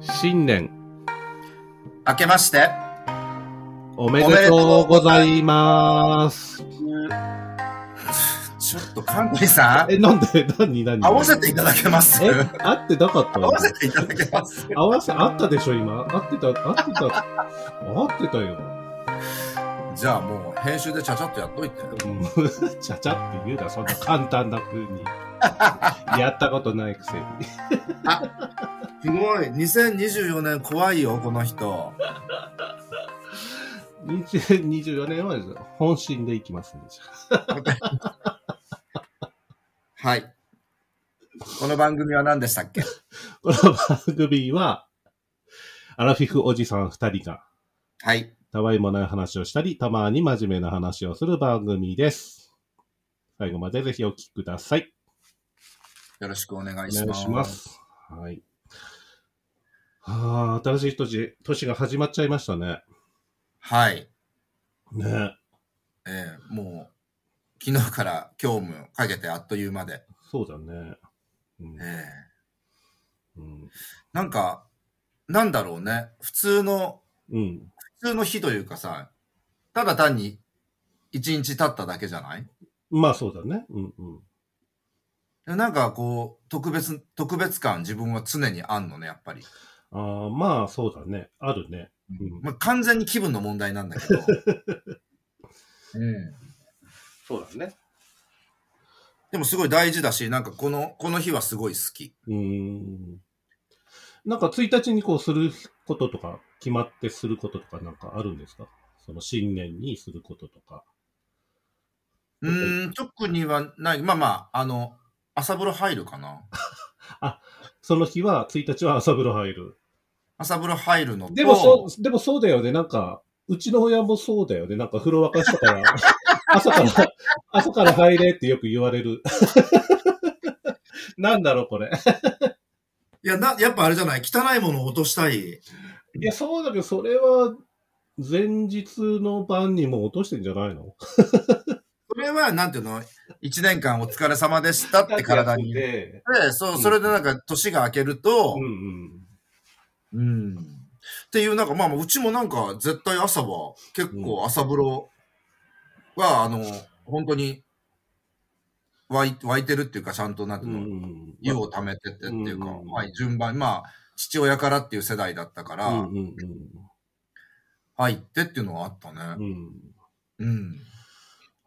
新年、明けまして。おめでとうございます。ちょっと、神取さん、え、なんで何何合わせていただけますえ合、合ってなかったわせていただけます合わせ、合ったでしょ、今。合ってた、合ってた、合ってたよ。 じゃあもう、編集でちゃちゃっとやっといて。うんちゃちゃって言うな、そんな簡単な風に。やったことないくせに。すごい。2024年怖いよ、この人。 2024年は本心でいきますんで。じゃあ はい。この番組は何でしたっけこの番組は、アラフィフおじさん二人が、はい。たわいもない話をしたり、たまに真面目な話をする番組です。最後までぜひお聞きください。よろしくお願いおし願まいす。します。はい。はあ、新しい年、年が始まっちゃいましたね。はい。ねえーもう、昨日から今日もかけてあっという間で。そうだね。うんえ。うーん。なんか、なんだろうね。普通の、うん、普通の日というかさ、ただ単に一日経っただけじゃないまあそうだね。うんうん。なんかこう、特別、特別感自分は常にあんのね、やっぱり。ああ、まあそうだね。あるね。うんまあ、完全に気分の問題なんだ けど。うん。そうだね。でもすごい大事だし、なんかこの、この日はすごい好き。うーん。なんか1日にこうすることとか、決まってすることとかなんかあるんですかその新年にすることとか。うーん、特にはない。まあまあ、あの、朝風呂入るかな。その日は、1日は朝風呂入る。朝風呂入るのと。でもそう、でもそうだよね。なんか、うちの親もそうだよね。なんか風呂沸かしたから、 朝から、朝から入れってよく言われる。 なんだろう、これ。いや、な、やっぱあれじゃない汚いものを落としたい。いや、そうだけど、それは、前日の晩にもう落としてんじゃないのそれは、なんていうの一年間お疲れ様でしたって体に入れで。て、そう、それでなんか年が明けるとうん、うん。うん。っていう、なんか、まあまあ、うちもなんか、絶対朝は、結構朝風呂は、あの、本当に、湧い湧いてるっていうか、ちゃんと、なんていうの、ん湯を溜めてってっていうか、うんはい、順番、まあ、父親からっていう世代だったから、うんうん入ってっていうのはあったうん。ね。うん。うん。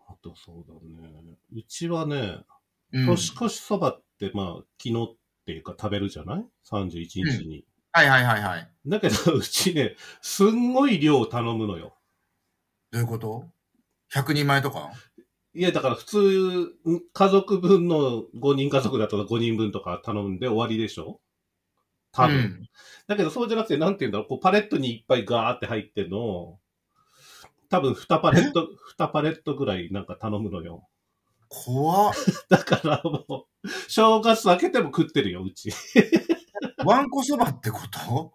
あとそうだね。うちはね、うん、はい年越しそばって、まあ、昨日っていうか食べるじゃない ?31 日に。はいはいはい。だけど、うちね、すんごい量頼むのよ。どういうこと ?100 人前とかいや、だから普通、ん家族分の5人家族だったら5人分とか頼んで終わりでしょ多分。うんだけどそうじゃなくて、なんて言うんだろう、こうパレットにいっぱいガーって入ってんのを、多分2パレット、2パレットぐらいなんか頼むのよ。怖っ。だからもう、正月明けても食ってるよ、うち。わんこそばってこと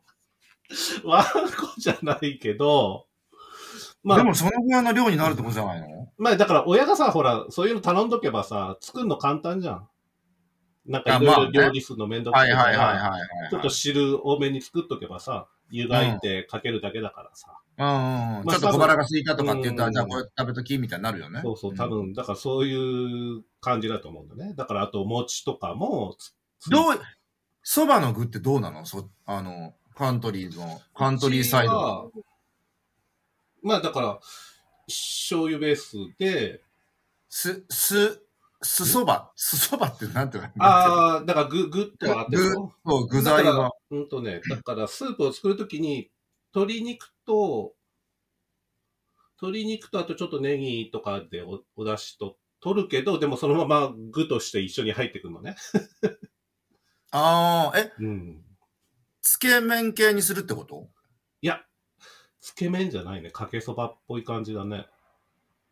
わんこじゃないけど、まであ、もそのぐらいの量になるってことじゃないのまあだから親がさ、ほら、そういうの頼んどけばさ、作るの簡単じゃん。なんかいろあまいろあね料理するのめんどくはさいいから、はいはいはいはい。ちょっと汁多めに作っとけばさ、湯がいてかけるだけだからさ。うんうんまあちょっと小腹が空いたとかって言ったうら、んじゃあこれ食べときみたいになるよね。そうそう、多分、だからそういう感じだと思うんだね。だからあと餅とかもつ、うん。どう、蕎麦の具ってどうなのそあの、カントリーの、カントリーサイド。うちは。まあだから、醤油ベースで、す、す、すそば。すそばってなんて言うのああ、だからぐ、ぐっとあってこそう、具材だからが。うんとね、だからスープを作るときに、鶏肉と、鶏肉とあとちょっとネギとかでおお出汁と取るけど、でもそのまま具として一緒に入ってくるのね。ああ、え、うん。つけ麺系にするってこといや、つけ麺じゃないね。かけそばっぽい感じだね。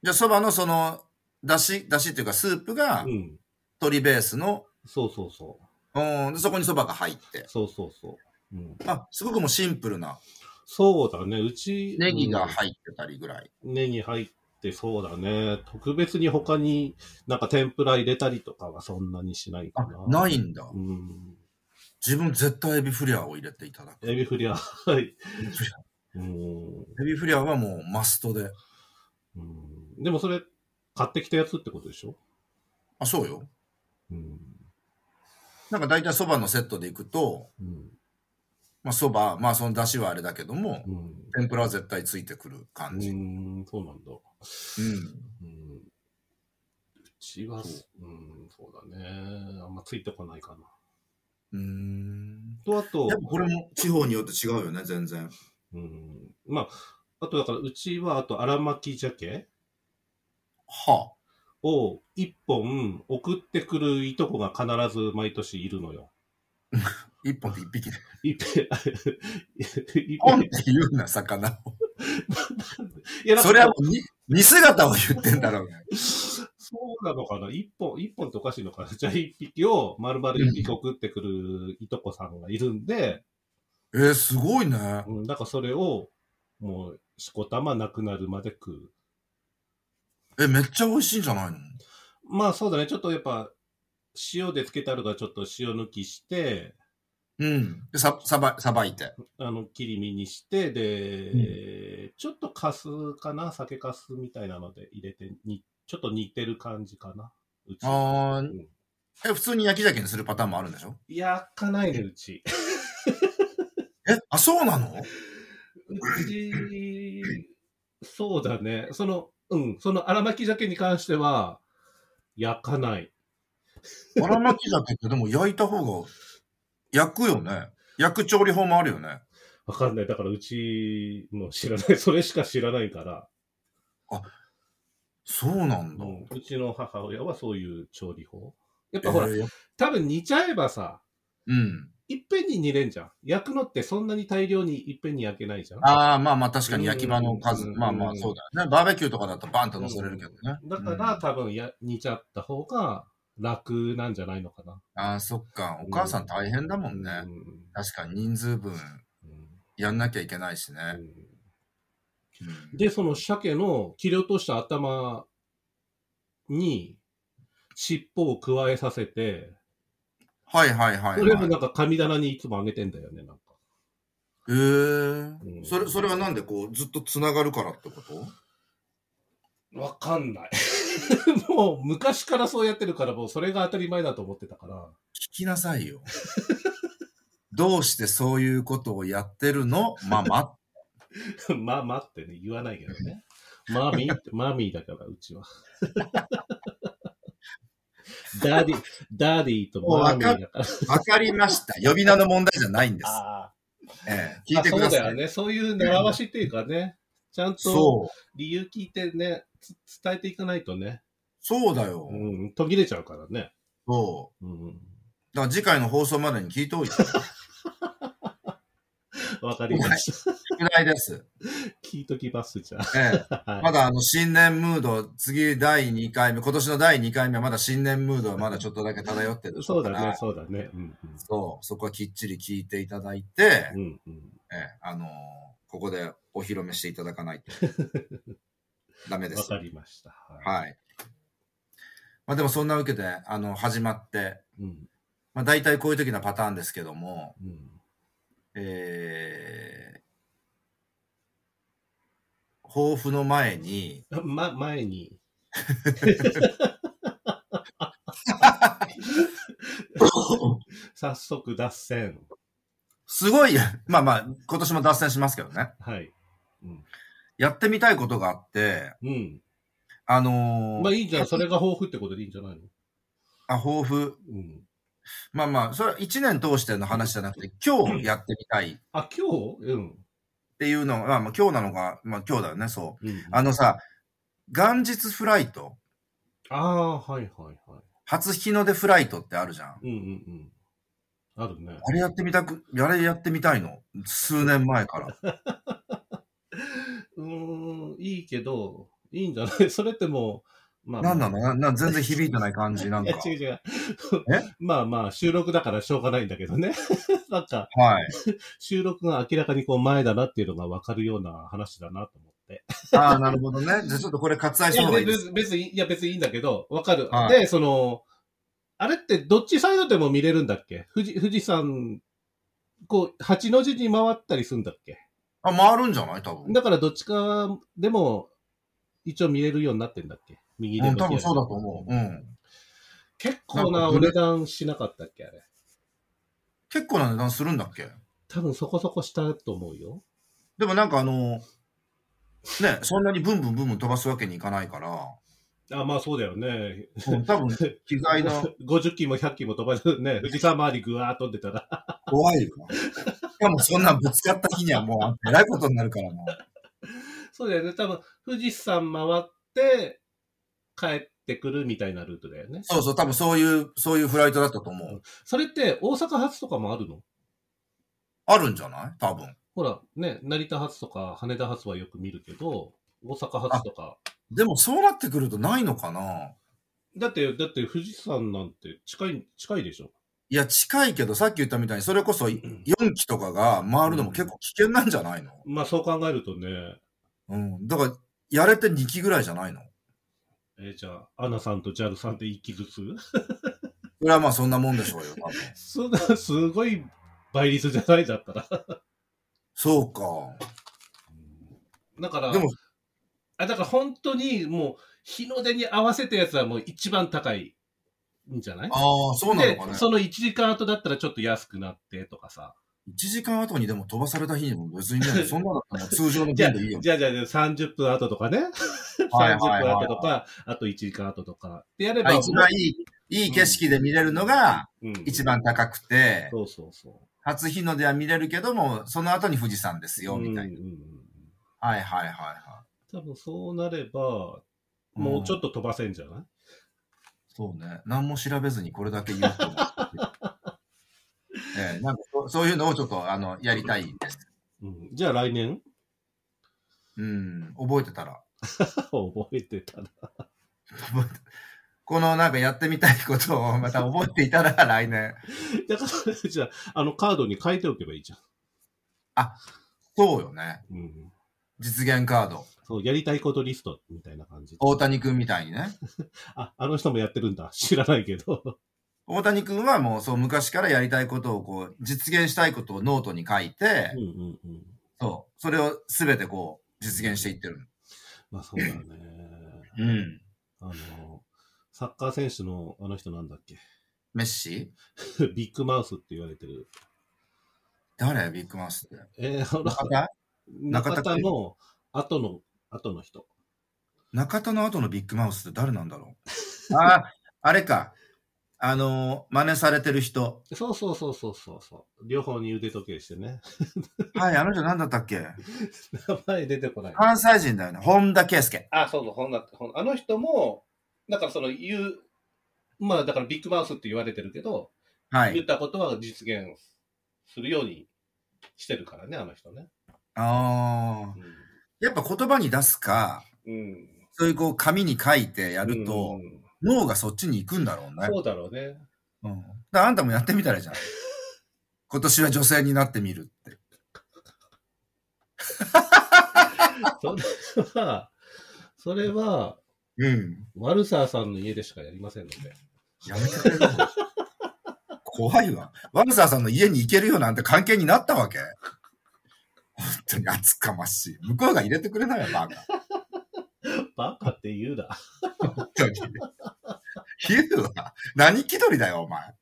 じゃあ蕎麦のその、だし、だしっていうかスープがうん。鶏ベースの、そうそうそうん、でそこに蕎麦が入ってう。。そうそうそう。うん、あ、すごくもうシンプルな。そうだね。うち、ネギがうん入ってたりぐらい。ネギ入ってそうだね。特別に他になんか天ぷら入れたりとかはそんなにしないかな。ないんだ。うん。自分絶対エビフリアを入れていただく。エビフリア。はい。うんエビフリアはもうマストで。うんでもそれ、買ってきたやつってことでしょあ、そうよ。うん。なんか大体そばのセットでいくと、うん。まあそば、まあその出汁はあれだけども、うん天ぷらは絶対ついてくるう感じ。うん。ん、そうなんだ。うん。うちは、うん、そうだね。あんまついてこないかな。うーん。と、あとやっ、ぱこれも地方によって違うよね、全然。うん。まあ、あとだから、うちは、あと、荒巻鮭はを一本送ってくるいとこが必ず毎年いるのよ。あ。一本って一匹で。一匹、一ポンっ匹て言うな、魚を。いや、なんかそれはもうに、似姿を言ってんだろうね。そうなのかな一本、一本っておかしいのかな じゃあ一匹を丸々一匹送ってくるいとこさんがいるんで、えー、すごいね。うん、だからそれを、もう、しこたまなくなるまで食う。え、めっちゃ美味しいんじゃないのまあそうだね、ちょっとやっぱ、塩でつけてあるからちょっと塩抜きして、うん。で、さ、さば、さばいて。あの、切り身にして、で、うちょっとカスかな酒カスみたいなので入れて、に、ちょっと似てる感じかなうち。あうーんえ、普通に焼き鮭にするパターンもあるんでしょ焼かないね、うち。え、あ、そうなのうち、そうだね。その、うん、その荒巻鮭に関しては、焼かない。わらまき鮭ってでも焼いた方が、焼くよね。焼く調理法もあるよね。わかんない。だからうちも知らない。それしか知らないから。そうなんだ。うちの母親はそういう調理法。やっえぱほら、ー多分煮ちゃえばさ、うん。いっぺんに煮れんじゃん。焼くのってそんなに大量にいっぺんに焼けないじゃん。ああ、まあまあ確かに焼き場の数、うんまあまあそうだよね。バーベキューとかだとバンと乗せれるけどね。だかうんら、多分や煮ちゃった方が楽なんじゃないのかな。ああ、そっか。お母さん大変だもんね。うん確かに人数分うんやんなきゃいけないしうね。んうんで、その鮭の切り落とした頭に尻尾を加えさせて、はいはいはい、それはもい。なんか神棚にいつもあげてんだよね、なんか。えーうんそれ、それはなんでこう、ずっと繋がるからってことわかんない。 もう昔からそうやってるから、もうそれが当たり前だと思ってたから。聞きなさいよ。 どうしてそういうことをやってるのママ。 まあまあってね、言わないけどね。マミーって、マミーだから、うちは。 ダディ、ダディとマミーだから。わかりました。呼び名の問題じゃないんです。あええー聞いてくまあそださい。うだよね。そういう習わしっていうかね、ちゃんとそう。理由聞いてね、つ伝えていかないとね、そうだよ。うん、途切れちゃうからね。そうん。う。だから次回の放送までに聞いておいて。わかりました。宿題です。聞いときます、じゃえあ。え、はまい。だあの新年ムード、次第2回目、今年の第2回目はまだ新年ムードはまだちょっとだけ漂ってるでしそょうだからね、そうだね。うん、そう、そこはきっちり聞いていただいて、うん。うん、うん。ええ、あのーここでお披露目していただかない と。ダメでわす。かりました。ははい。まあでもそんなわけで、あの、始まって、い。うん、まあ大体こういう時のパターンですけども、うん。えー、抱負の前に、ま、前に。早速脱線。すごい、 まあまあ、今年も脱線しますけどね。はい。やってみたいことがあって、うん。あのーまあいいんじゃん。それが抱負ってことでいいんじゃないのあ、抱負。うん。まあまあ、それは1年通しての話じゃなくて、今日やってみたいっあ、今日うん。ていうのが、まあまあ今日なのが、まあ今日だよね、そう。うん、あのさ、元日フライト、あー、はいはいは初日の出フライトってあるじゃん。い。うんうんうん。あるね。あれやってみたく、あれやってみたいの。数年 前から。うーん、いいけど、いいんじゃない それってもう、まあ、なんなののなな全然響いてない感じ、な んいかや、。違う違うえ。 まあまあ、収録だからしょうがないんだけどね。 なんか、はい。収録が明らかにこう前だなっていうのが分かるような話だなと思って。ああ、なるほどね。じゃあちょっとこれ割愛いしたや、方がいいで別す。別に、いや別にいいんだけど、分かる。はで、その、あれってどっちサイドでも見れるんだっけ富士、富士山、こう、八の字に回ったりするんだっけあ、回るんじゃない多分。だからどっちかでも、一応見れるようになってんだっけ右でもうん、多分そうだと思う。うん。結構なお値段しなかったっけあれ。結構な値段するんだっけ多分そこそこしたと思うよ。でもなんかあの、ね、そんなにブンブンブンブン飛ばすわけにいかないから、あ、まあそうだよね。うん多分、機材の、 50機も100機も飛ばずね、富士山周りぐわーっと飛んでたら。怖いよな。しかもそんなんぶつかった日にはもう、えらいことになるからな。 そうだよね。多分、富士山回って、帰ってくるみたいなルートだよね。そうそう、多分そういう、そういうフライトだったと思う。それって大阪発とかもあるのあるんじゃない多分。ほら、ね、成田発とか羽田発はよく見るけど、大阪発とか。でもそうなってくるとないのかなだって、だって富士山なんて近い、近いでしょ。いや、近いけど、さっき言ったみたいに、それこそ4機とかが回るのも結構危険なんじゃないのまあそう考えるとね、うん。だから、やれて2機ぐらいじゃないのえーじゃあ、アナさんとジャルさんで一気ずつそれはまあそんなもんでしょうよ、多分。そんな、すごい倍率じゃないだったら。そうか。だから、でも、あだから本当にもう日の出に合わせたやつはもう一番高いんじゃないああ、そうなのでかね、。その1時間後だったらちょっと安くなってとかさ。 1時間後にでも飛ばされた日にも別にね、 そんなだったら通常のじゃ便あ、でいいよ。じゃあ、じゃあ、30分後とかね。 30はいはいはい分後とか、あと1時間後とか。でやれば、あ一番いい、いい景色で見れるのがうん一番高くて、そうそうそ初日の出は見れるけども、その後に富士山ですう。よ、みたいな。うんうんうんはいはいはいは多分そうなれば、い。もうちょっと。っと飛ばせんじゃない、そうね。何も調べずにこれだけ言うと思う。 ええ、なんかそうそういうのをちょっとあのやりたいです。うん、じゃあ来年 うん、覚えてたら。覚えてたら。 覚えてこのなんかやってみたいことをまた覚えていたら来年。だから、じゃあ、あのカードに書いておけばいいじゃそうよね。ん。うん、実現カード。そう、やりたいことリストみたいな感じで。大谷くんみたいにね。あ、あの人もやってるんだ。 知らないけど。大谷くんはもうそう昔からやりたいことをこう、実現したいことをノートに書いてうん、うんうん。そう。それをすべてこう、実現していってる。まあそうだね。うん。あの、サッカー選手のあの人なんだっけ メッシビッグマウスって言われてる。誰ビッグマウスって。えー、あの中田中中田田君の後の、後の人。中田の後のビッグマウスって誰なんだろ うああ、あれか。あのー真似されてる人。そうそうそうそうそうそう。両方に腕時計してね。 はい、あの人何だったっけ名前出てこない。関西人だよね。本田圭佑。あ、そうそう、ほんな、ほんあの人も、だからその言う、まあだからビッグマウスって言われてるけど、は言っい。たことは実現するようにしてるからね、あの人ね。ああ。やっぱ言葉に出すか、うん。そういうこう紙に書いてやあると、脳がそっちに行くんだろうね。そうだろうね。うん。だからあんたもやってみたらいいじゃ ん。今年は女性になってみるって。それは、 それは、うん。ワルサーさんの家でしかやりませんので。やめてくれる 怖いわ。ワルサーさんの家に行けるよなんて関係になったわけ本当に厚かましい。向こうが入れてくれないよ、バカ。バカって言うな。本当に。言うわ。何気取りだよ、お前。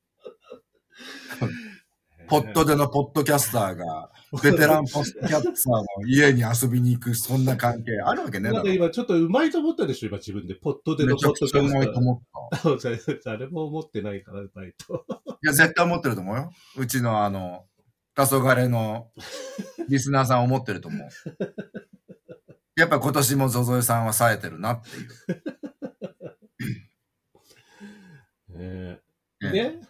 ポットでのポッドキャスターが、ベテランポッドキャスターの家に遊びに行く、そんな関係あるわけね えなんだかろ。今ちょっとうまいと思ったでしょ今自分で。ポットでのめポッちゃドキャくちゃうまいとス思った。ター。 誰も思ってないから、うまいと。いや、絶対思ってると思うよ。うちのあの、黄昏のリスナーさん思ってると思う。やっぱ今年もゾゾエさんは冴えてるなっていう。ええええで、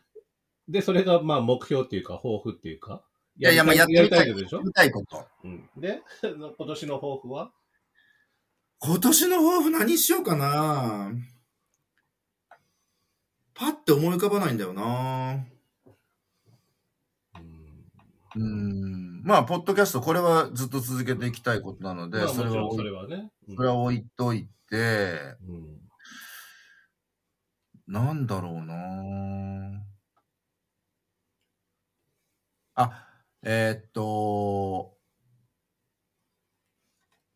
で、それがまあ目標っていうか、抱負っていうか。いやいや、まあやってやりみたたいいここととでしょ見たいこと。うん。で、 今年の抱負は今年の抱負何しようかなパッて思い浮かばないんだよなうん。うーん。まあ、ポッドキャスト、これはずっと続けていきたいことなので、まあもちそれはろん置そいれはね。うんそれは置いといて、うん。うなんだろうなあ、えーっと、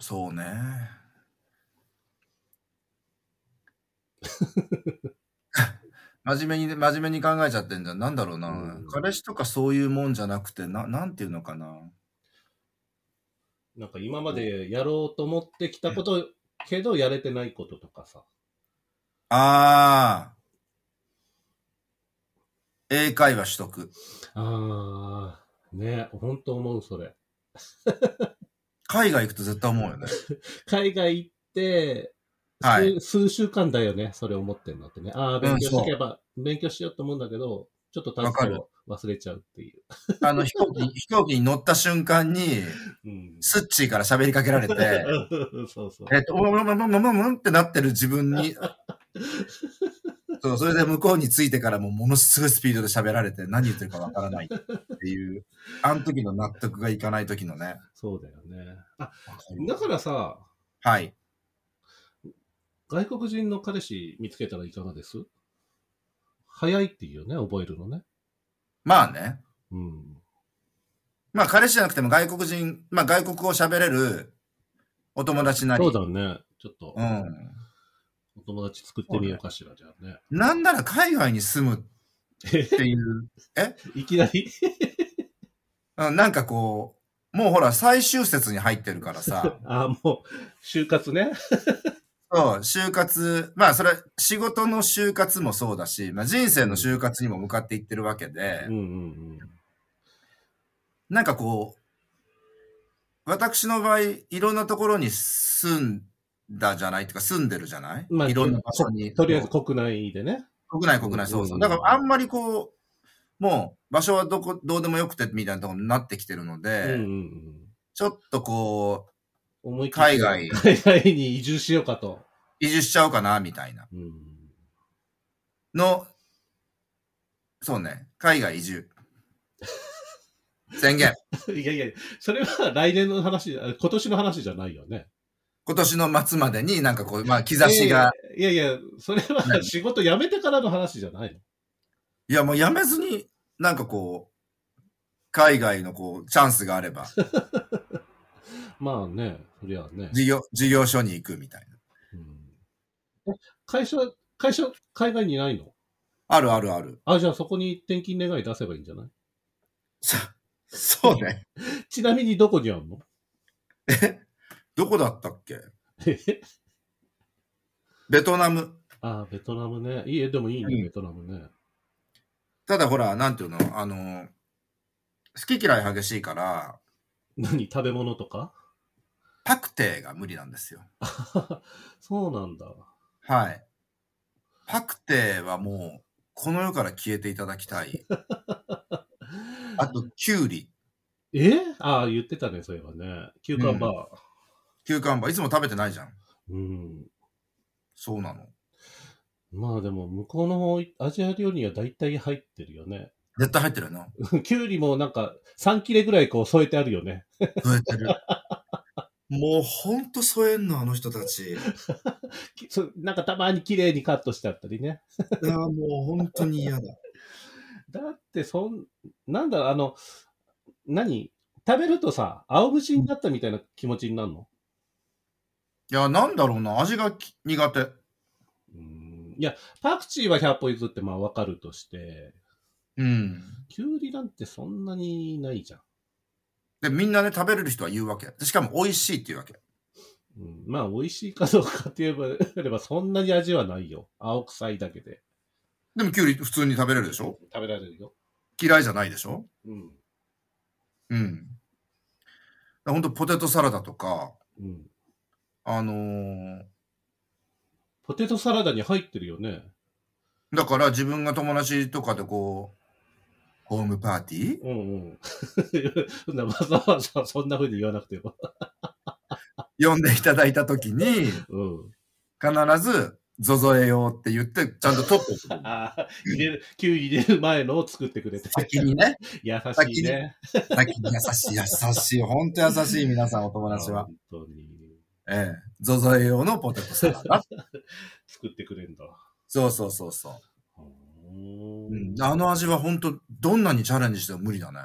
そうね。真面目に、真面目に考えちゃってんじゃん。なんだろうな。うん彼氏とかそういうもんじゃなくて、ななんていうのかな。なんか今までやろうと思ってきたこと、けどやれてないこととかさ。ああ。英会話取得。ああ、ね、本当思う、それ。海外行くと絶対思うよね。海外行って、はい。数数週間だよね、それ思ってんのってね。ああ、勉強しとけば、勉強しようと思うんだけど、ちょっと単わか価るを忘れちゃうっていう。あの、飛行機、飛行機に乗った瞬間に、うん。スッチーから喋りかけられて、 そうそう。えっと、おももももももってなってる自分に、そう、それで向こうに着いてからもうものすごいスピードで喋られて何言ってるかわからないっていう、あの時の納得がいかない時のね。そうだよね。あ、だからさ、はい。外国人の彼氏見つけたらいかがです早いっていうよね、覚えるのね。まあね。うん。まあ彼氏じゃなくても外国人、まあ外国語を喋れるお友達なり。そうだね。ちょっと、うん。お友達作ってみようかしら、じゃあね。なんなら海外に住むっていう、いきなりうんなんかこう、もうほら最終節に入ってるか らさ、あーもう、就活ね。そう、就活、まあそれは仕事の就活もそうだし、まあ人生の就活にも向かっていってるわけでうん、うんなんかこう、私の場合、いろんなところに住んだじゃないっていうか住んでるじゃない、まあいろんな場所に。うん。とりあえず国内でね。国内、国内、そうそうう。んだから、あんまりこう、もう、場所はどこ、どうでもよくて、みたいなところになってきてるので、うんうんうん。ちょっとこ思いっう、きり海外、海外に移住しようかと。移住しちゃおうかな、みたいな。うん。 の、そうね、海外移 住。宣言。いやいや、それは来年の話、あ今年の話じゃないよね。今年の末までになんかこう、まあ、兆しが、いやいや。いやいや、それは何仕事辞めてからの話じゃないの。いや、もうやめずに、なんかこう、海外のこう、チャンスがあれ ば、まあね、そりゃあね。事業、事業所に行くみたいな。うんえ会社、会社、海外にいないのあるあるある。あ、じゃあそこに転勤願い出せばいいんじゃないそそうね。ちなみにどこにあ るのどこだったっけえへベトナム。あ、ベトナムね。いいえ、でもいいね、うんベトナムね。ただほら、なんていうの、あの、好き嫌い激しいから、何食べ物とかパクテーが無理なんですよ。そうなんだ。はい。パクテーはもう、この世から消えていただきた い。あと、キュウリ。えあ言ってたね、そういえばね。キューカンバキュウカンバー、いつも食べてないじゃん。ー。うん。そうなの。まあでも、向こうの方いアジア料理には大体入ってるよね。 絶対入ってるよな。キュウリもなんか、3切れぐらいこう添えてあるよね。増えてる。もうほんと添えんの、あの人たち。きそなんかたまに綺麗にカットしてあったりね。いや、もう本当に嫌だ。だって、そん、なんだろう、あの、何食べるとさ、青虫になったみたいな気持ちになるのいや、なんだろうな、味がき苦手。うん。いや、パクチーは100歩譲ってまあわかるとして、うん。キュウリなんてそんなにないじゃん。で、みんなね、食べれる人は言うわけ。でしかも美味しいって言うわけ。うん、まあ、美味しいかどうかって言えば、あればそんなに味はないよ。青臭いだけで。でも、キュウリ普通に食べれるでしょ食べられるよ。嫌いじゃないでしょうん。うん。だほんと、ポテトサラダとか、うん。あのーポテトサラダに入ってるよね。だから自分が友達とかでこう、ホームパーティーうんうん。 そんなわざわざそんな風に言わなくても。呼んでいただいたときに、うん。必ず、ゾゾエ用って言って、ちゃんと取っておく。ああ、入れる、キュウリ入れる前のを作ってくれて。先にね、 優しいね。先に優しい、優しい、ほんと優しい皆さん、お友達は。本当に。ええ、ゾゾエ用のポテトサラダ。作ってくれんだ。そうそうそうそうう。うんん、あの味は本当どんなにチャレンジしても無理だね。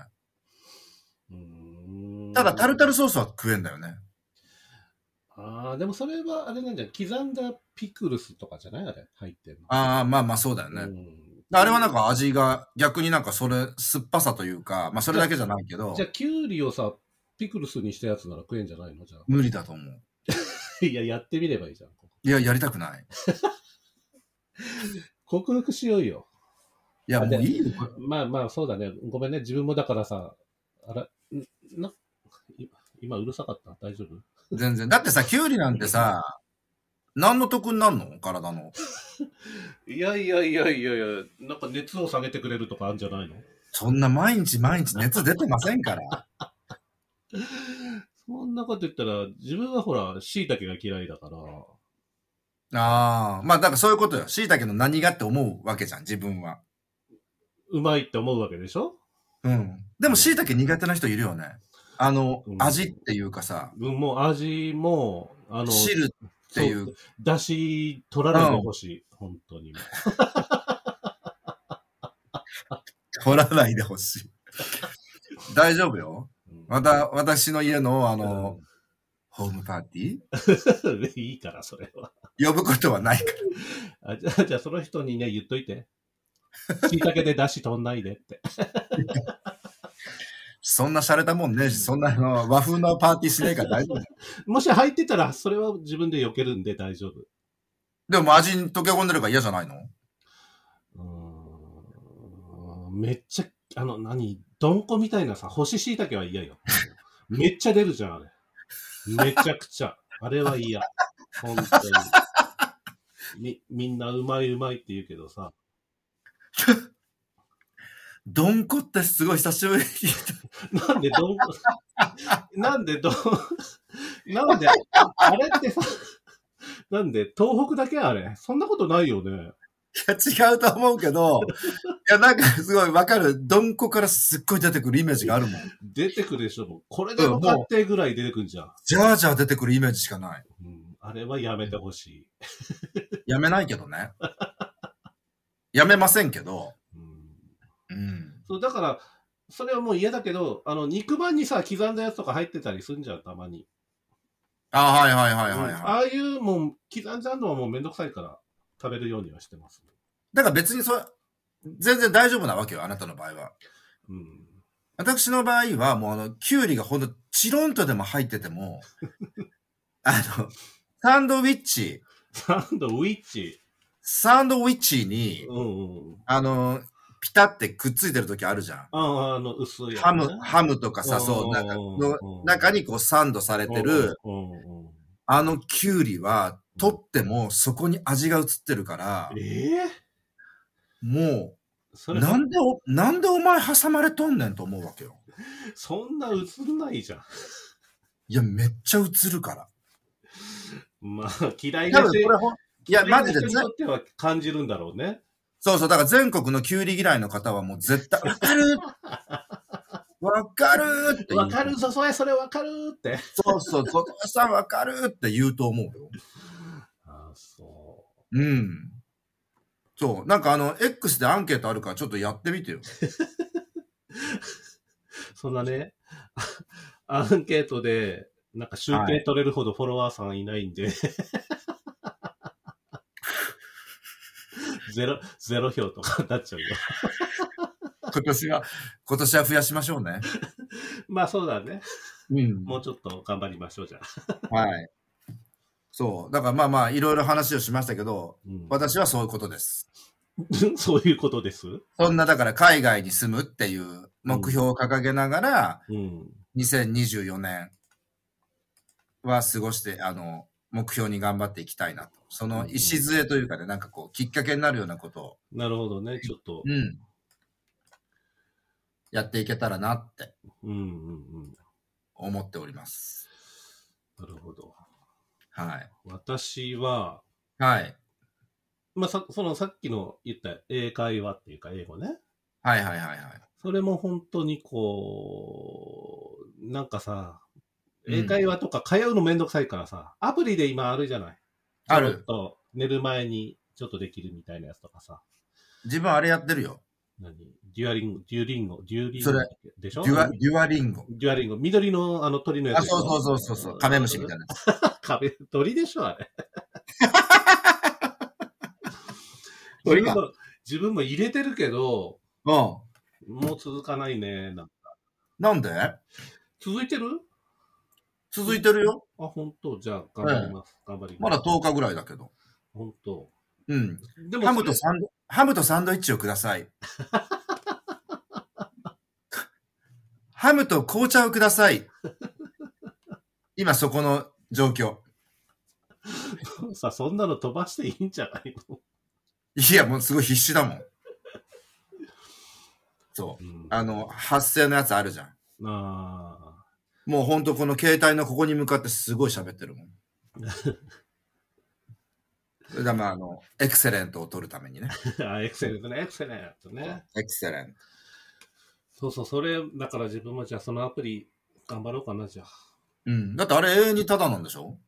うんただ、タルタルソースは食えんだよね。ああ、でもそれはあれなんじゃない刻んだピクルスとかじゃないあれ入ってるの。ああ、まあまあそうだよね。うんあれはなんか味が、逆になんかそれ、酸っぱさというか、まあそれだけじゃないけどじ、ゃあ、キュウリをさ、ピクルスにしたやつなら食えんじゃないのじゃあ。 無理だと思う。いや、やってみればいいじゃん。ここいや、やりたくない。克服しようよ。いや、あもでういいよ。これまあまあ、そうだね。ごめんね。自分もだからさ、あら、んな、い今うるさかった大丈夫全然。だってさ、キュウリなんてさ、何の得になんの体の。いやいやいやいやいや、なんか熱を下げてくれるとかあるんじゃないのそんな毎日毎日熱出てませんから。そんなこと言ったら、自分はほら、椎茸が嫌いだから、ああ、まあだからそういうことよ。椎茸の何がって思うわけじゃん、自分は。うまいって思うわけでしょうん。でも椎茸苦手な人いるよね。あの、うん味っていうかさ、うんもう味も、あの、汁っていうそ。出汁取らないでほしい。本当に。取らないでほしい。大丈夫よ。うんまた、私の家の、あの、ホームパーティうん いいから、それは。ー呼ぶことはないかあじゃあ、じゃあその人にね、言っといて。椎茸で出汁取んないでって。ら。そんな洒落たもんねえし、そんなあの和風のパーティーしないから 大丈夫。もし入ってたら、それは自分で避けるんで大丈夫。でも味に溶け込んでるから嫌じゃないのうーんめっちゃ、あの、何、どんこみたいなさ、干し椎茸は嫌よ。めっちゃ出るじゃん、あれ。めちゃくちゃ。あれは嫌。本当に。み、みんなうまいうまいって言うけどさ、どんこってすごい久しぶりに聞いた。なんでどんこ、 なんでどん、なんで、あれってさ、なんで、東北だけあれそんなことないよね。いや、違うと思う けど、いや、なんかすごいわかる。どんこからすっごい出てくるイメージがあるもん。出てくるでしょ、もう。これでもかってぐらい出てくんじゃん。じゃあじゃあ出てくるイメージしかない。うん、あれはやめてほしい。やめないけどね。やめませんけど。うんうん。そう、だから、それはもう嫌だけど、あの、肉まんにさ、刻んだやつとか入ってたりすんじゃん、たまに。あ、はいはいはいはい、うんはあい。あいうもん、刻んじゃうのはもうめんどくさいから、食べるようにはしてます。だから別にそれ、全然大丈夫なわけよ、あなたの場合は。うん。私の場合は、もうあの、キュウリがほんと、チロンとでも入ってても、 あの、サンドウィッチ、サンドウィッチ。サンドウィッチに、うんうんうん。あの、ピタってくっついてる時あるじゃん。ああ、あの、薄いやつねハム、ハムとかさ、そう、なんか、の中にこうサンドされてる、。うんうんうんあのキュウリは、取ってもそこに味が移ってるから、ええも、そうれ、なんでお、なんでお前挟まれとんねんと思うわけよ。そんな映んないじゃん。いや、めっちゃ映るから。まあ、嫌い多な分人、これほん、いや、マジで嫌いな人ぜにとっては感じるんだろうね。そうそう、だから全国のキュウリ嫌いの方はもう絶対、わかるわかるって言うわかるぞ、それ、それわかるって。そうそう、そこさんわかるって言うと思うよ。ああ、そう。うん。そう、なんかあの、X でアンケートあるからちょっとやってみてよ。そんなね、 あアンケートで、なんか集計取れるほどフォロワーさんいないんで、 ゼロ、ゼロ票とかになっちゃうよ。今年は、今年は増やしましょうね。まあそうだね。うんもうちょっと頑張りましょう、じゃあ。はい。そう、だからまあまあ、いろいろ話をしましたけど、う私はそういうことです。ん、 そういうことです。そんな、だから海外に住むっていう目標を掲げながら、うん。 2024年は過ごして、あの、目標に頑張っていきたいなと。その礎というかね、なんかこう、きっかけになるようなことを、なるほどね。ちょっとう。ん。やっていけたらなってうんうんうん。思っております。なるほど。はい。私は、はい。まあさ、そのさっきの言った英会話っていうか英語ね。はいはいはいはい。それも本当にこう、なんかさ、うん英会話とか通うのめんどくさいからさ、アプリで今あるじゃないあちょっる。と寝る前にちょっとできるみたいなやつとかさ。自分あれやってるよ。何デュアリンゴ、デュリンゴ、デュリンゴそれでしデょュア、デュアリンゴ。デュアリンゴ。緑のあの鳥のやつあ、でしょ。そうそうそうそうそう。カメムシみたいなやつ。壁、鳥でしょ、あれ。鳥自分かも自分も入れてるけど、うん。もう続かないね。ななんで続いてる続いてるよ。あ、本当じゃあ、頑張ります。頑張りま。ますだ10日ぐらいだけど。本当うん。でもハムとサンド、ハムとサンドイッチをください。ハムと紅茶をください。今そこの状況。 さ、そんなの飛ばしていいんじゃないの、いや、もうすごい必死だもん。そう。うん、ああの、発声のやつあるじゃん。あもうほんとこの携帯のここに向かってすごい喋ってるもん。それだまあ、あの、エクセレントを取るためにね。ー あ、エクセレントね、エクセレントね。エクセレント。そうそう、それ、だから自分もじゃあそのアプリ頑張ろうかな、じゃうん。だってあれ永遠にただなんでしょ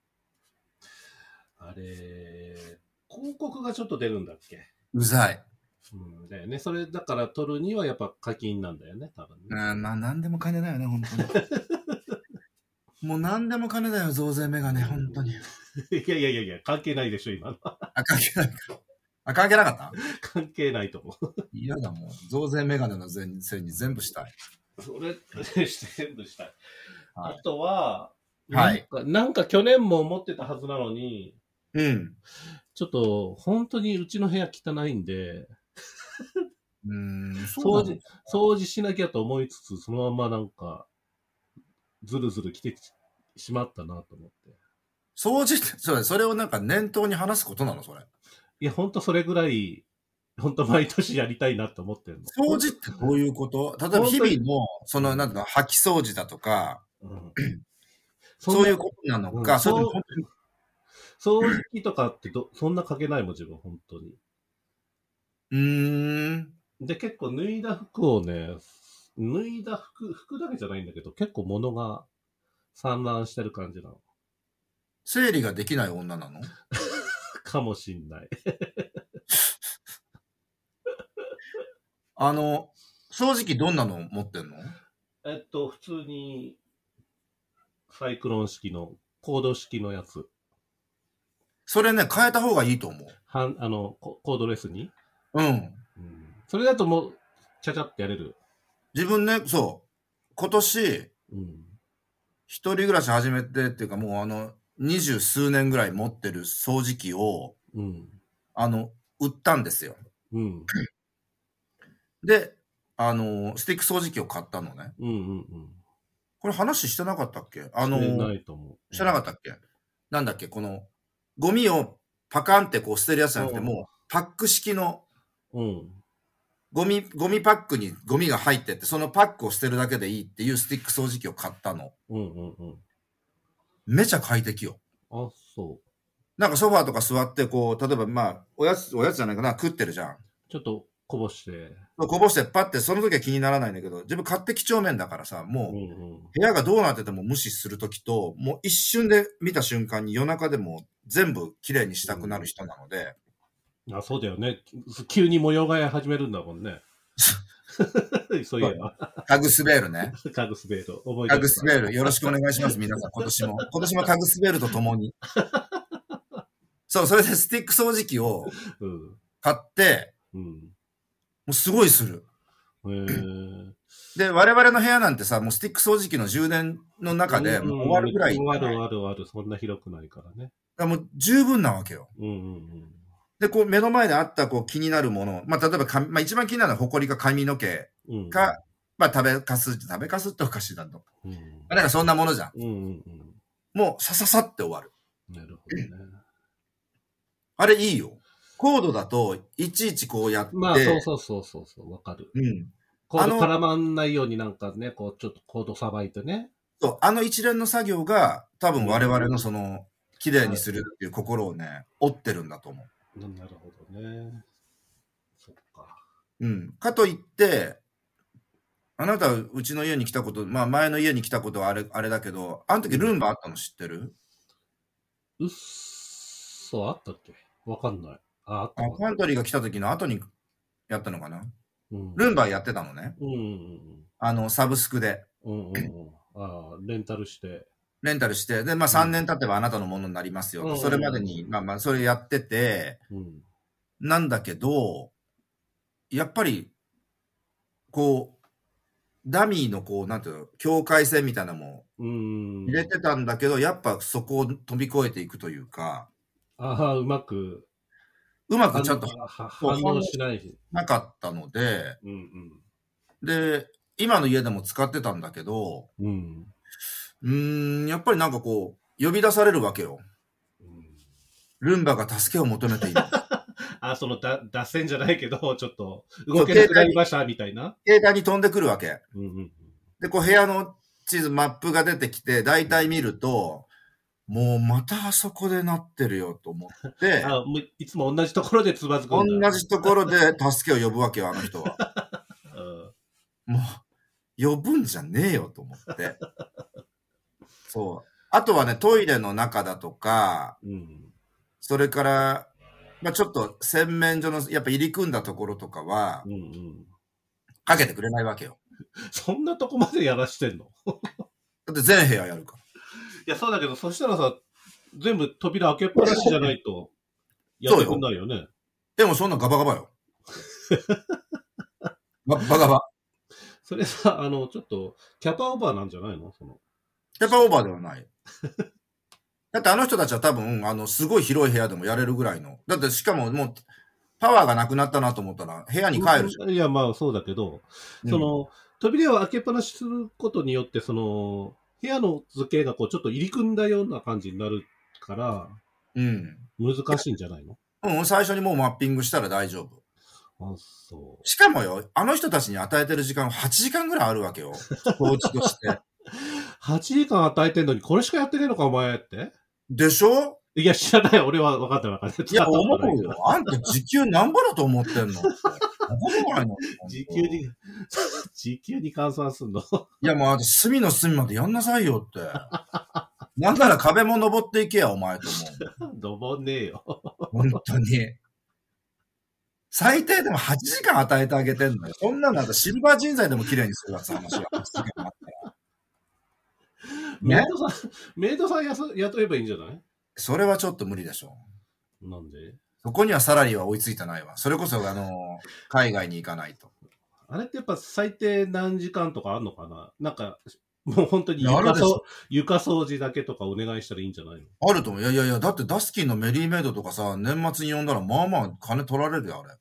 あ。あれ、広告がちょっと出るんだっけうざい。うん、だよね。それ、だから取るにはやっぱ課金なんだよね、多分ね。うん、まあ何でも金だよね、本 当に。もう何でも金だよ、増税メガネ、本当に。 いやいやいやいや、関係ないでしょ、今の。あ、関係ないか。あ、関係なかった関係ないと思嫌だもん。増税メガネのせいにせいに全部したい。う。それ、全部したい。はいあとは、はいなんか。なんか去年も思ってたはずなのに、うん。ちょっと、本当にうちの部屋汚いんで、うーん、そ掃うだ除、掃除しなきゃと思いつつ、そのままなんか、ずるずる来てしまったなと思って。掃除って、そうだそれをなんか念頭に話すことなの、それ。いや、ほんとそれぐらい、ほんと毎年やりたいなと思ってるの。掃除ってどういうこと例えば本日当に々の、その、なんていうの、掃き掃除だとか、うん、 そんなういうことなのうか、んそれとそもう本当に掃除機とかってど、そんなかけないもん、自分、本当に。うーん。で、結構脱いだ服をね、脱いだ服、服だけじゃないんだけど、結構物が散乱してる感じなの。 整理ができない女なのかもしんない。 あの、掃除機どんなの持ってんのえっと、普通に、サイクロン式の、コード式のやつ。それね、変えた方がいいと思う。はん、あの、ココードレスに。うん。うん。それだともう、ちゃちゃってやれる。自分ね、そう。今年、うん。一人暮らし始めてっていうか、もうあの、二十数年ぐらい持ってる掃除機を、うん。あの、売ったんですよ。うん。で、あの、スティック掃除機を買ったのね。うんうんうん。これ話してなかったっけああの、ないと思う。してなかったっけなんだっけこの、ゴミをパカンってこう捨てるやつじゃなくて、うんもう、パック式の、うん。ゴミ、ゴミパックにゴミが入ってって、そのパックを捨てるだけでいいっていうスティック掃除機を買ったの。うんうんうん。めちゃ快適よ。あ、そう。なんかソファーとか座って、こう、例えばまあ、おやつ、おやつじゃないかな、食ってるじゃん。ちょっとこぼして。こぼして、パッて、その時は気にならないんだけど、自分買って几帳面だからさ、うもう、んうん。部屋がどうなってても無視する時と、もう一瞬で見た瞬間に夜中でも全部綺麗にしたくなる人なので、あ、そうだよね。急に模様替え始めるんだもん ね。そういえば、タグ滑る ね。カグスベール、覚えてタグ滑る。よろしくお願いします、皆さん、今年も。今年もタグ滑るとと もに。そう、それでスティック掃除機をうん。買って、うん。もうすごいする。えー、で、我々の部屋なんてさ、もうスティック掃除機の充電の中でもう終わるぐらい。終わる終わる終わる。そんな広くないからね。だからもう十分なわけよ。うんうんで、こう目の前であったこう気になるもの、まあ例えば髪、まあ一番気になるのは埃か髪の毛うん。うん、か、まあ食べかす、食べかすっておかしいなと。うん。まあなんかそんなものじゃん。うんうんうん。もうさささって終わる。なるほどね。あれいいよ。コードだといちいちこうやって、まあ、そうそうそうそうそう、わかる。うん。コーあドの絡まんないようになんかね、こう、ちょっとコードさばいてね。そう、あの一連の作業が多分我々のその、綺麗にするっていう心をね、折ってるんだと思う。ななるほどね。そっか。うん。かといって、あなた、うちの家に来たこと、まあ前の家に来たことはあれあれだけど、あの時ルンバあったの知ってるうっそ、あったっけわかんない。あ、あったあわ。カントリーが来た時の後にやったのかな。うん。ルンバやってたのね。うんあの、サブスクで。うんうん。うんうんうん。ああ、レンタルして。レンタルして、で、まあうん3年経てばあなたのものになりますよ。うんそれまでに、まあまあ、それやってて、うん。なんだけど、やっぱり、こう、ダミーのこう、なんていうの、境界線みたいなのもうん。入れてたんだけど、やっぱそこを飛び越えていくというか、ああ、うまく。うまくちゃんとははそう反応しない。なかったので、うんで、今の家でも使ってたんだけど、うん。うん。うーん、やっぱりなんかこう、呼び出されるわけよ。うんルンバが助けを求めている。あ、その、だ、脱線じゃないけど、ちょっと、動けなくなりました、みたいな。携帯に飛んでくるわけ。うんうんで、こう部屋の地図、マップが出てきて、大体見ると、もうまたあそこでなってるよと思ってうん。、 あ、もういつも同じところでつばずく同んだ。じところで助けを呼ぶわけよ、あの人は。うん。もう、呼ぶんじゃねえよと思って。そう。あとはね、トイレの中だとか、うん。それから、まあちょっと洗面所の、やっぱ入り組んだところとかはう、んうん。かけてくれないわけよ。そんなとこまでやらしてんのだって全部屋やるから。いや、そうだけど、そしたらさ、全部扉開けっぱなしじゃない と、やってくんないよね。でもそんなガバガバよ。 ガバガバ。それさ、あの、ちょっと、キャパオーバーなんじゃないのその。キャパオーバーではない。だってあの人たちは多分、あの、すごい広い部屋でもやれるぐらいの。だってしかももう、パワーがなくなったなと思ったら、部屋に帰るじゃん。いや、まあ、そうだけど、その、扉を開けっぱなしすることによって、その、部屋の図形がこう、ちょっと入り組んだような感じになるから、うん。難しいんじゃ ないのうん。うん、最初にもうマッピングしたら大丈夫。あ、そう。しかもよ、あの人たちに与えてる時間8時間ぐらいあるわけよ。構築して。 8時間与えてんのに、これしかやってねえのか、お前って。でしょいや、知らない。俺は分かってなかった。いや、思使ったことないうから。よ。あんた時給なんぼだと思ってんのって思わないの時給に、 時給に換算すんの。いや、もうあと隅の隅までやんなさいよって。なんなら壁も登っていけや、お前と思う。登んねえよ。本当に。最低でも8時間与えてあげてんのよ。そんなのあんたシルバー人材でも綺麗にするわって話は。メイね、ドさん、メイドさんやす雇えばいいんじゃないそれはちょっと無理でしょ。なんでそこにはサラリーは追いついてないわ。それこそ、あの、海外に行かないと。あれってやっぱ最低何時間とかあんのかななんか、もう本当にいやあ床るでし掃ょ床掃除だけとかお願いしたらいいんじゃないのあると思う。いやいやいや、だってダスキンのメリーメイドとかさ、年末に呼んだら、まあまあ金取られるよ、あれ。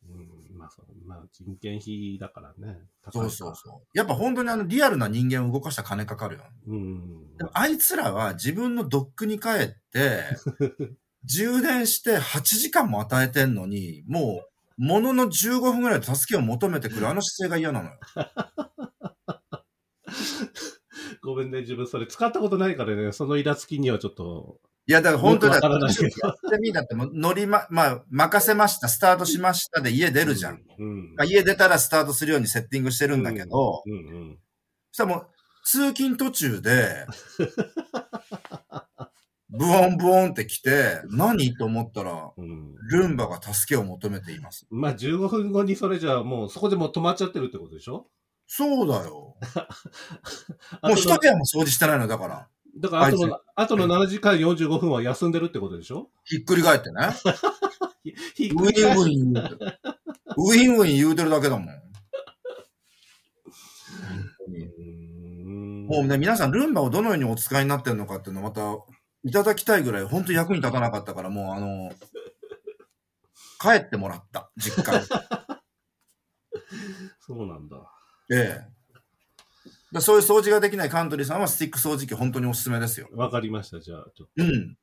うん、まあそう、まあ人件費だからね。高いそからうそうそう。やっぱ本当にあの、リアルな人間を動かしたら金かかるよ。うん。でもあいつらは自分のドックに帰 って、充電して8時間も与えてんのに、もう、ものの15分ぐらいで助けを求めてくるあの姿勢が嫌なのよ。ごめんね、自分それ使ったことないからね、そのイラつきにはちょっと、いや、だから本当だよくわからやないっけてどみだってもう乗りま、 まあ、任せました、スタートしましたで家出出るじゃん。。うん。家出たらスタートするようにセッティングしてるんだけど、うんうん。そしたらもう、通勤途中で、ブオンブオンって来て、何と思ったら、うん。ルンバが助けを求めています。まあ15分後にそれじゃあもうそこでもう止まっちゃってるってことでしょそうだよ。あもうと一部屋も掃除してないのだから、だから、あとあいの、あとの7時間45分は休んでるってことでしょひっくり返ってね。ひひっウくり返ィンウしィン言うてる。ウィンウィン言うてるだけだもん。うーんもうね、皆さん、ルンバをどのようにお使いになってるのかっていうのをまた、いただきたいぐらい、本当に役に立たなかったから、もうあの、帰ってもらった、実家に。そうなんだ。ええ。だそういう掃除ができないカントリーさんは、スティック掃除機、本当におすすめですよ。わかりました、じゃあ、ちょっうと。ん。うん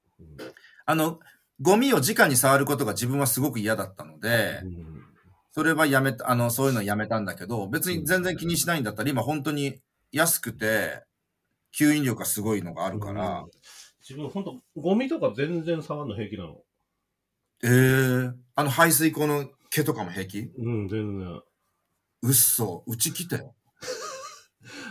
あの、ゴミを直に触ることが自分はすごく嫌だったので、うんそれはやめた、あの、そういうのやめたんだけど、別に全然気にしないんだったら、今本当に安くて、吸引力がすごいのがあるから、自分、本当ゴミとか全然触るの平気なの。ええあの排水口の毛とかも平気うん、全然。うっそ、うち来てよ。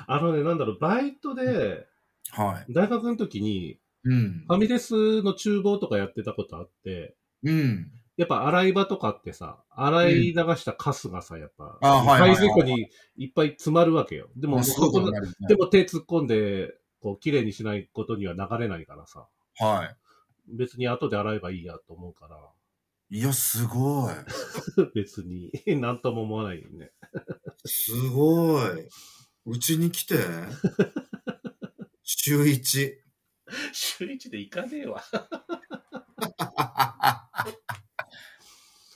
あのね、なんだろう、バイトで、は大学の時に、い。うんフ。ァミレスの厨房とかやってたことあって、うん。やっぱ洗い場とかってさ、洗い流したカスがさ、やっぱ、あはいはいはい排水溝にいっぱい詰まるわけよ。でも、あすごそいことこのになるねでも手突っ込んで、こう、綺麗にしないことには流れないからさ、は別に後で洗えばいいやと思うから、 い。いや、すごい。別に、 なんとも思わないよね。すごい。うちに来 て。週一。週一で行かねえわ。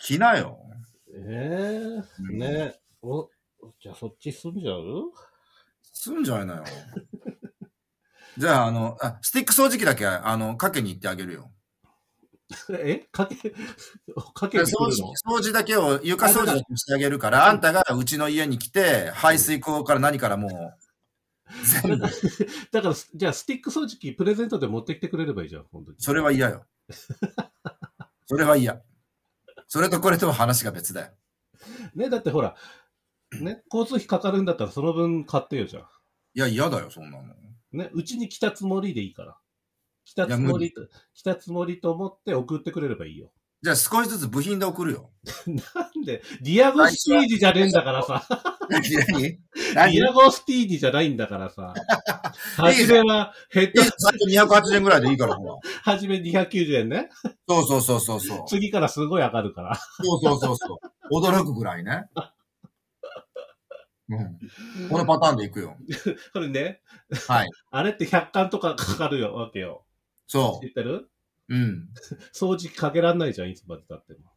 来なよ。ええうんねお、じゃあそっち住んじゃう すんじゃないなよ。じゃあ、あの、あスティック掃除機だけ、あの、かけに行ってあげるよ。えかけ、 かけ掃てくる除の掃除だけを、床掃除だけしてあげるから、あんたがうちの家に来て、排水口から何からもう、全部、だから、じゃあスティック掃除機プレゼントで持ってきてくれればいいじゃん、本当に。それは嫌よ。それは嫌。それとこれとは話が別だよ。ね、だってほら、ね、交通費かかるんだったらその分買ってよじゃん。いや、嫌だよ、そんなの。ね、うちに来たつもりでいいから。来たいやつもりと、来たつもりと思って送ってくれればいいよ。じゃあ少しずつ部品で送るよ。 なんで、ディアゴスティーニじゃねえんだからさ。何何デ何いいィよアゴスティーニじゃないんだから さ。はいいじじめゃはヘッド、最初280円ぐらいでいいから、ほら。はじめ290円ね。そうそうそうそうそう。次からすごい上がるから。そうそうそうそう。驚くぐらいね。うん。このパターンでいくよ。これね、はい。あれって100巻とかかかるよわけよ。そ知ってるう。うん。掃除機かけらんないじゃん、いつまで経っても。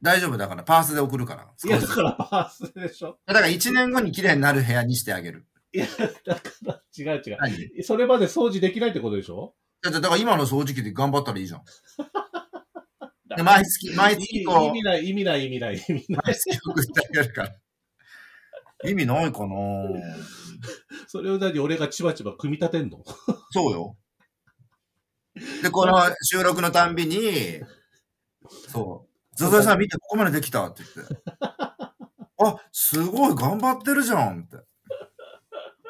大丈夫だから、パースで送るから。い少しや、ずだつからパースでしょ。だから1年後に綺麗になる部屋にしてあげる。いや、だから違う違何じう。それまで掃除できないってことでしょゃだから今の掃除機で頑張ったらい いじゃん。だで毎月、毎月こう意、味ない、意味ない、意味ない、意味ない。毎月送ってあげるから。意味ないかなそれを何俺がちばちば組み立てんのそうよ。で、この収録のたんびに、そう、ザザエさん見てここまでできたって言って。あ、すごい頑張ってるじゃんって。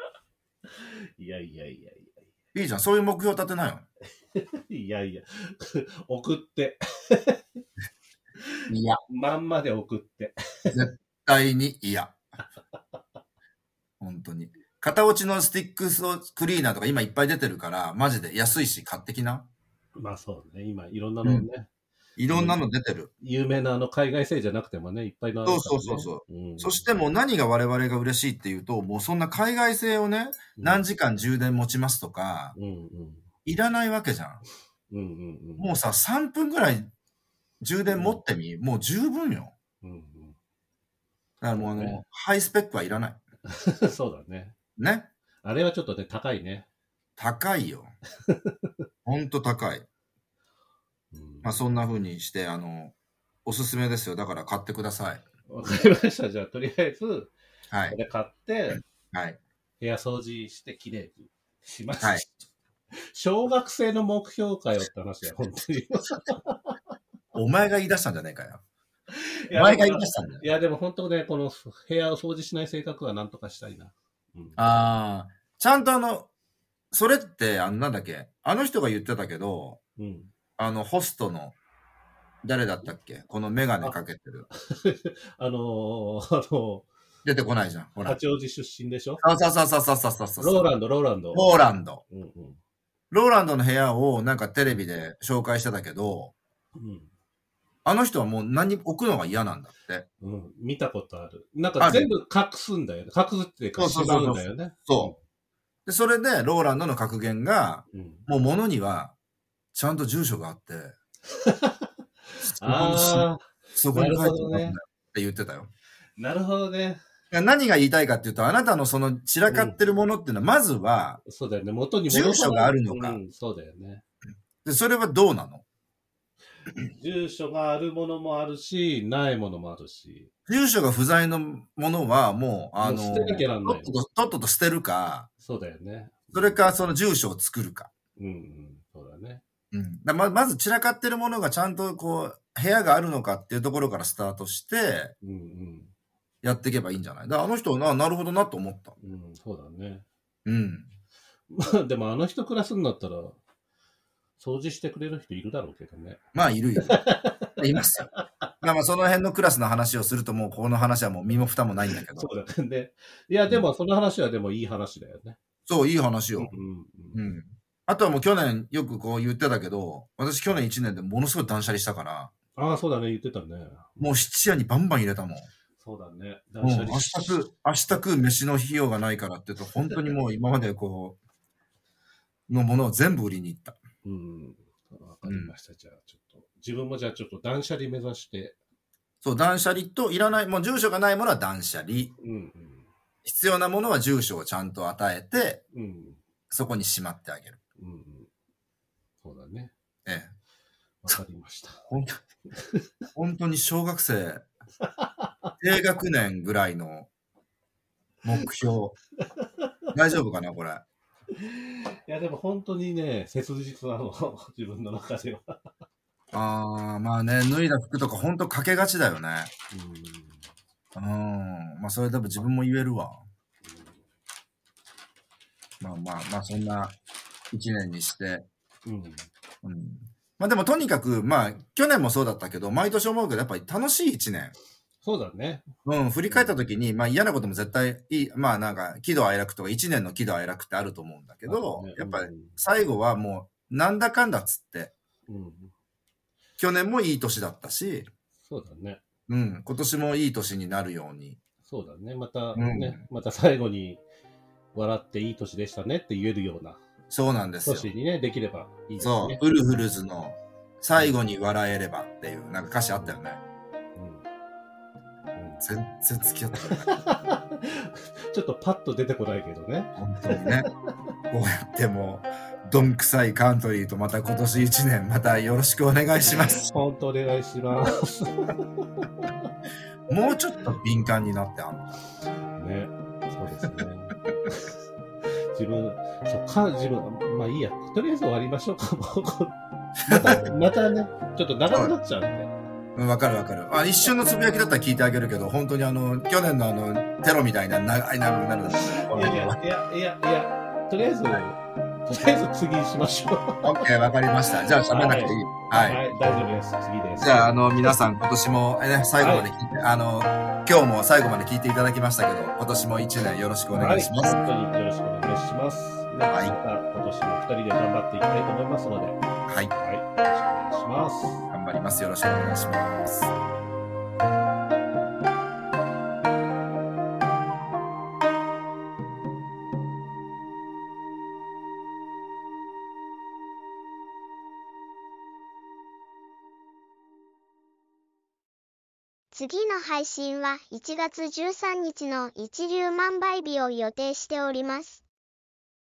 いやいやいやいいいじゃん、そういう目標立てなよ。や。いやいや。 送って。いや。まんまで送って。大に嫌。本当に。片落ちのスティックスをクリーナーとか今いっぱい出てるから、マジで安いし買ってきな。まあそうね。今、いろんなのね。いろんなの出てる。有名なあの海外製じゃなくてもね、いっぱいのあるから、ね。。そうそうそうん、そしてもう何が我々が嬉しいっていうと、もうそんな海外製をね、うん、何時間充電持ちますとか、うんうん。いらないわけじゃん。うんうんうん。もうさ、3分ぐらい充電持ってみ、もう十分よ。うんだからもうあの、ねハイスペックはいらない。うん、 そうだね。ね。あれはちょっとね、高いね。高いよ。ほんと高い。うんまあそんな風にして、あの、おすすめですよ。だから買ってください。わかりました。じゃあ、とりあえず、はこい。れ買って、はい。部屋掃除してきれいにします。はい 小学生の目標かよって話だよ、本 当に。いお前が言い出したんじゃねえかよ。おや前が言い出したんだよ。いや、でも本当ね、この部屋を掃除しない性格はなんとかしたいな。うん、ああ、ちゃんとあの、それって、あの、なんだっけ、あの人が言ってたけど、うん。あの、ホストの、誰だったっけこのメガネかけてる。あのー、 あの出てこないじゃん。ほー、ら。八王子出身でしょそうそうそうそうそうそうそうそう。ローランド、ローランド。ローランド。うんうん。ローランドの部屋をなんかテレビで紹介してたけど、うん。あの人はもう何置くのが嫌なんだって。うん、見たことある。なんあかる全部隠すんだよね。隠すっていうか、そうしそうまそううんそだうよね。そう。で、それでローランドの格言が、うん。もう物にはちゃんと住所があって、ああ、そこに書いてあるんだなるほどよっねて言ってたよ。なるほどね。何が言いたいかっていうと、あなたのその散らかってるものっていうのは、まずは、そうだよね。元に戻さない住所があるのかうん、そうだよね。でそれはどうなの住所があるものもあるし、ないものもあるし。住所が不在のものは、もう、あの、もう捨てなきゃなんないとっとととっとと捨てるか、そうだよね。それか、その住所を作るか。うんうん、そうだね。うん。だままず散らかってるものがちゃんとこう、部屋があるのかっていうところからスタートして、うんやっていけばいいんじゃないだからあの人な、なるほどなと思った。うん、うん、そうだね。うん。まあでもあの人暮らすんだったら、掃除してくれる人いるだろうけどね。 まあ、いるよ。いますよ。まあまあその辺のクラスの話をするともうこの話はもう身も蓋もないんだけど。そうだよね。 いや、でも、その話はでもいい話だよね。そう、いい話うよん。うんう。うんん。あとはもう去年よくこう言ってたけど、私去年1年でものすごい断捨離したから、ああ、そうだね。言ってたね。もう質屋にバンバン入れたもん。そうだね。もう断明捨離日食う、明日食う飯の費用がないからって言うと、本当にもう今までこう、のものを全部売りに行った。うん。わかりました。じゃあ、ちょっと。自分もじゃあ、ちょっと断捨離目指して。そう、断捨離といらない、もう住所がないものは断捨離。うん。必要なものは住所をちゃんと与えて、うん。うん。そこにしまってあげる。うんうん。そうだね。ええ。わかりました。本当に、本当に小学生、低学年ぐらいの目標。大丈夫かな、これ。いや、でも本当にね、切実なの、 自分の中では。ああ、まあね、脱いだ服とか本当かけがちだよね。うんうん。まあそれ多分自分も言えるわ。まあまあまあそんな一年にして。うん。うん。まあでもとにかく、まあ去年もそうだったけど、毎年思うけどやっぱり楽しい一年。そうだね。うん、振り返った時に、まあ嫌なことも絶対いい、まあなんか喜怒哀楽とか一年の喜怒哀楽ってあると思うんだけど、やっぱりり。最後はもうなんだかんだっつって、うん。去年もいい年だったし、そうだね。うん、今年もいい年になるように。そうだね。またうんね、また最後に、笑っていい年でしたねって言えるようなそうなんですよ。年にね、できればいいですそね。う、ウルフルズの最後に笑えればっていう、なんか歌詞あったよね。うんうん全然付き合ってくれない。ちょっとパッと出てこないけどね。本当にね。こうやってもう、どんくさいカントリーとまた今年一年、またよろしくお願いします。本当お願いします。もうちょっと敏感になってあんの。ね。そうですね。自分、そっか、自分、まあいいや。とりあえず終わりましょうか。もうこまた、またね、ちょっと長くなっちゃうんで。うんわかるわかる。あ、一瞬のつぶやきだったら聞いてあげるけど、本当にあの、去年のあの、テロみたいな長い長くなるんだいやいやいやいやいや、とりあえず、とりあえず次にしましょう。はオッケー、わかりました。じゃあ喋らなくていい。はい。大丈夫です。次です。じゃあ、あの、皆さん今年も、えね、最後まで聞いて、あの、今日も最後まで聞いていただきましたけど、今年も一年よろしくお願いします。はい、本当によろしくお願いします。はいまた今年も二人で頑張っていきたいと思いますので、ははい、い、よろしくお願いします。頑張ります。よろしくお願いします。次の配信は1月13日の一粒万倍日を予定しております。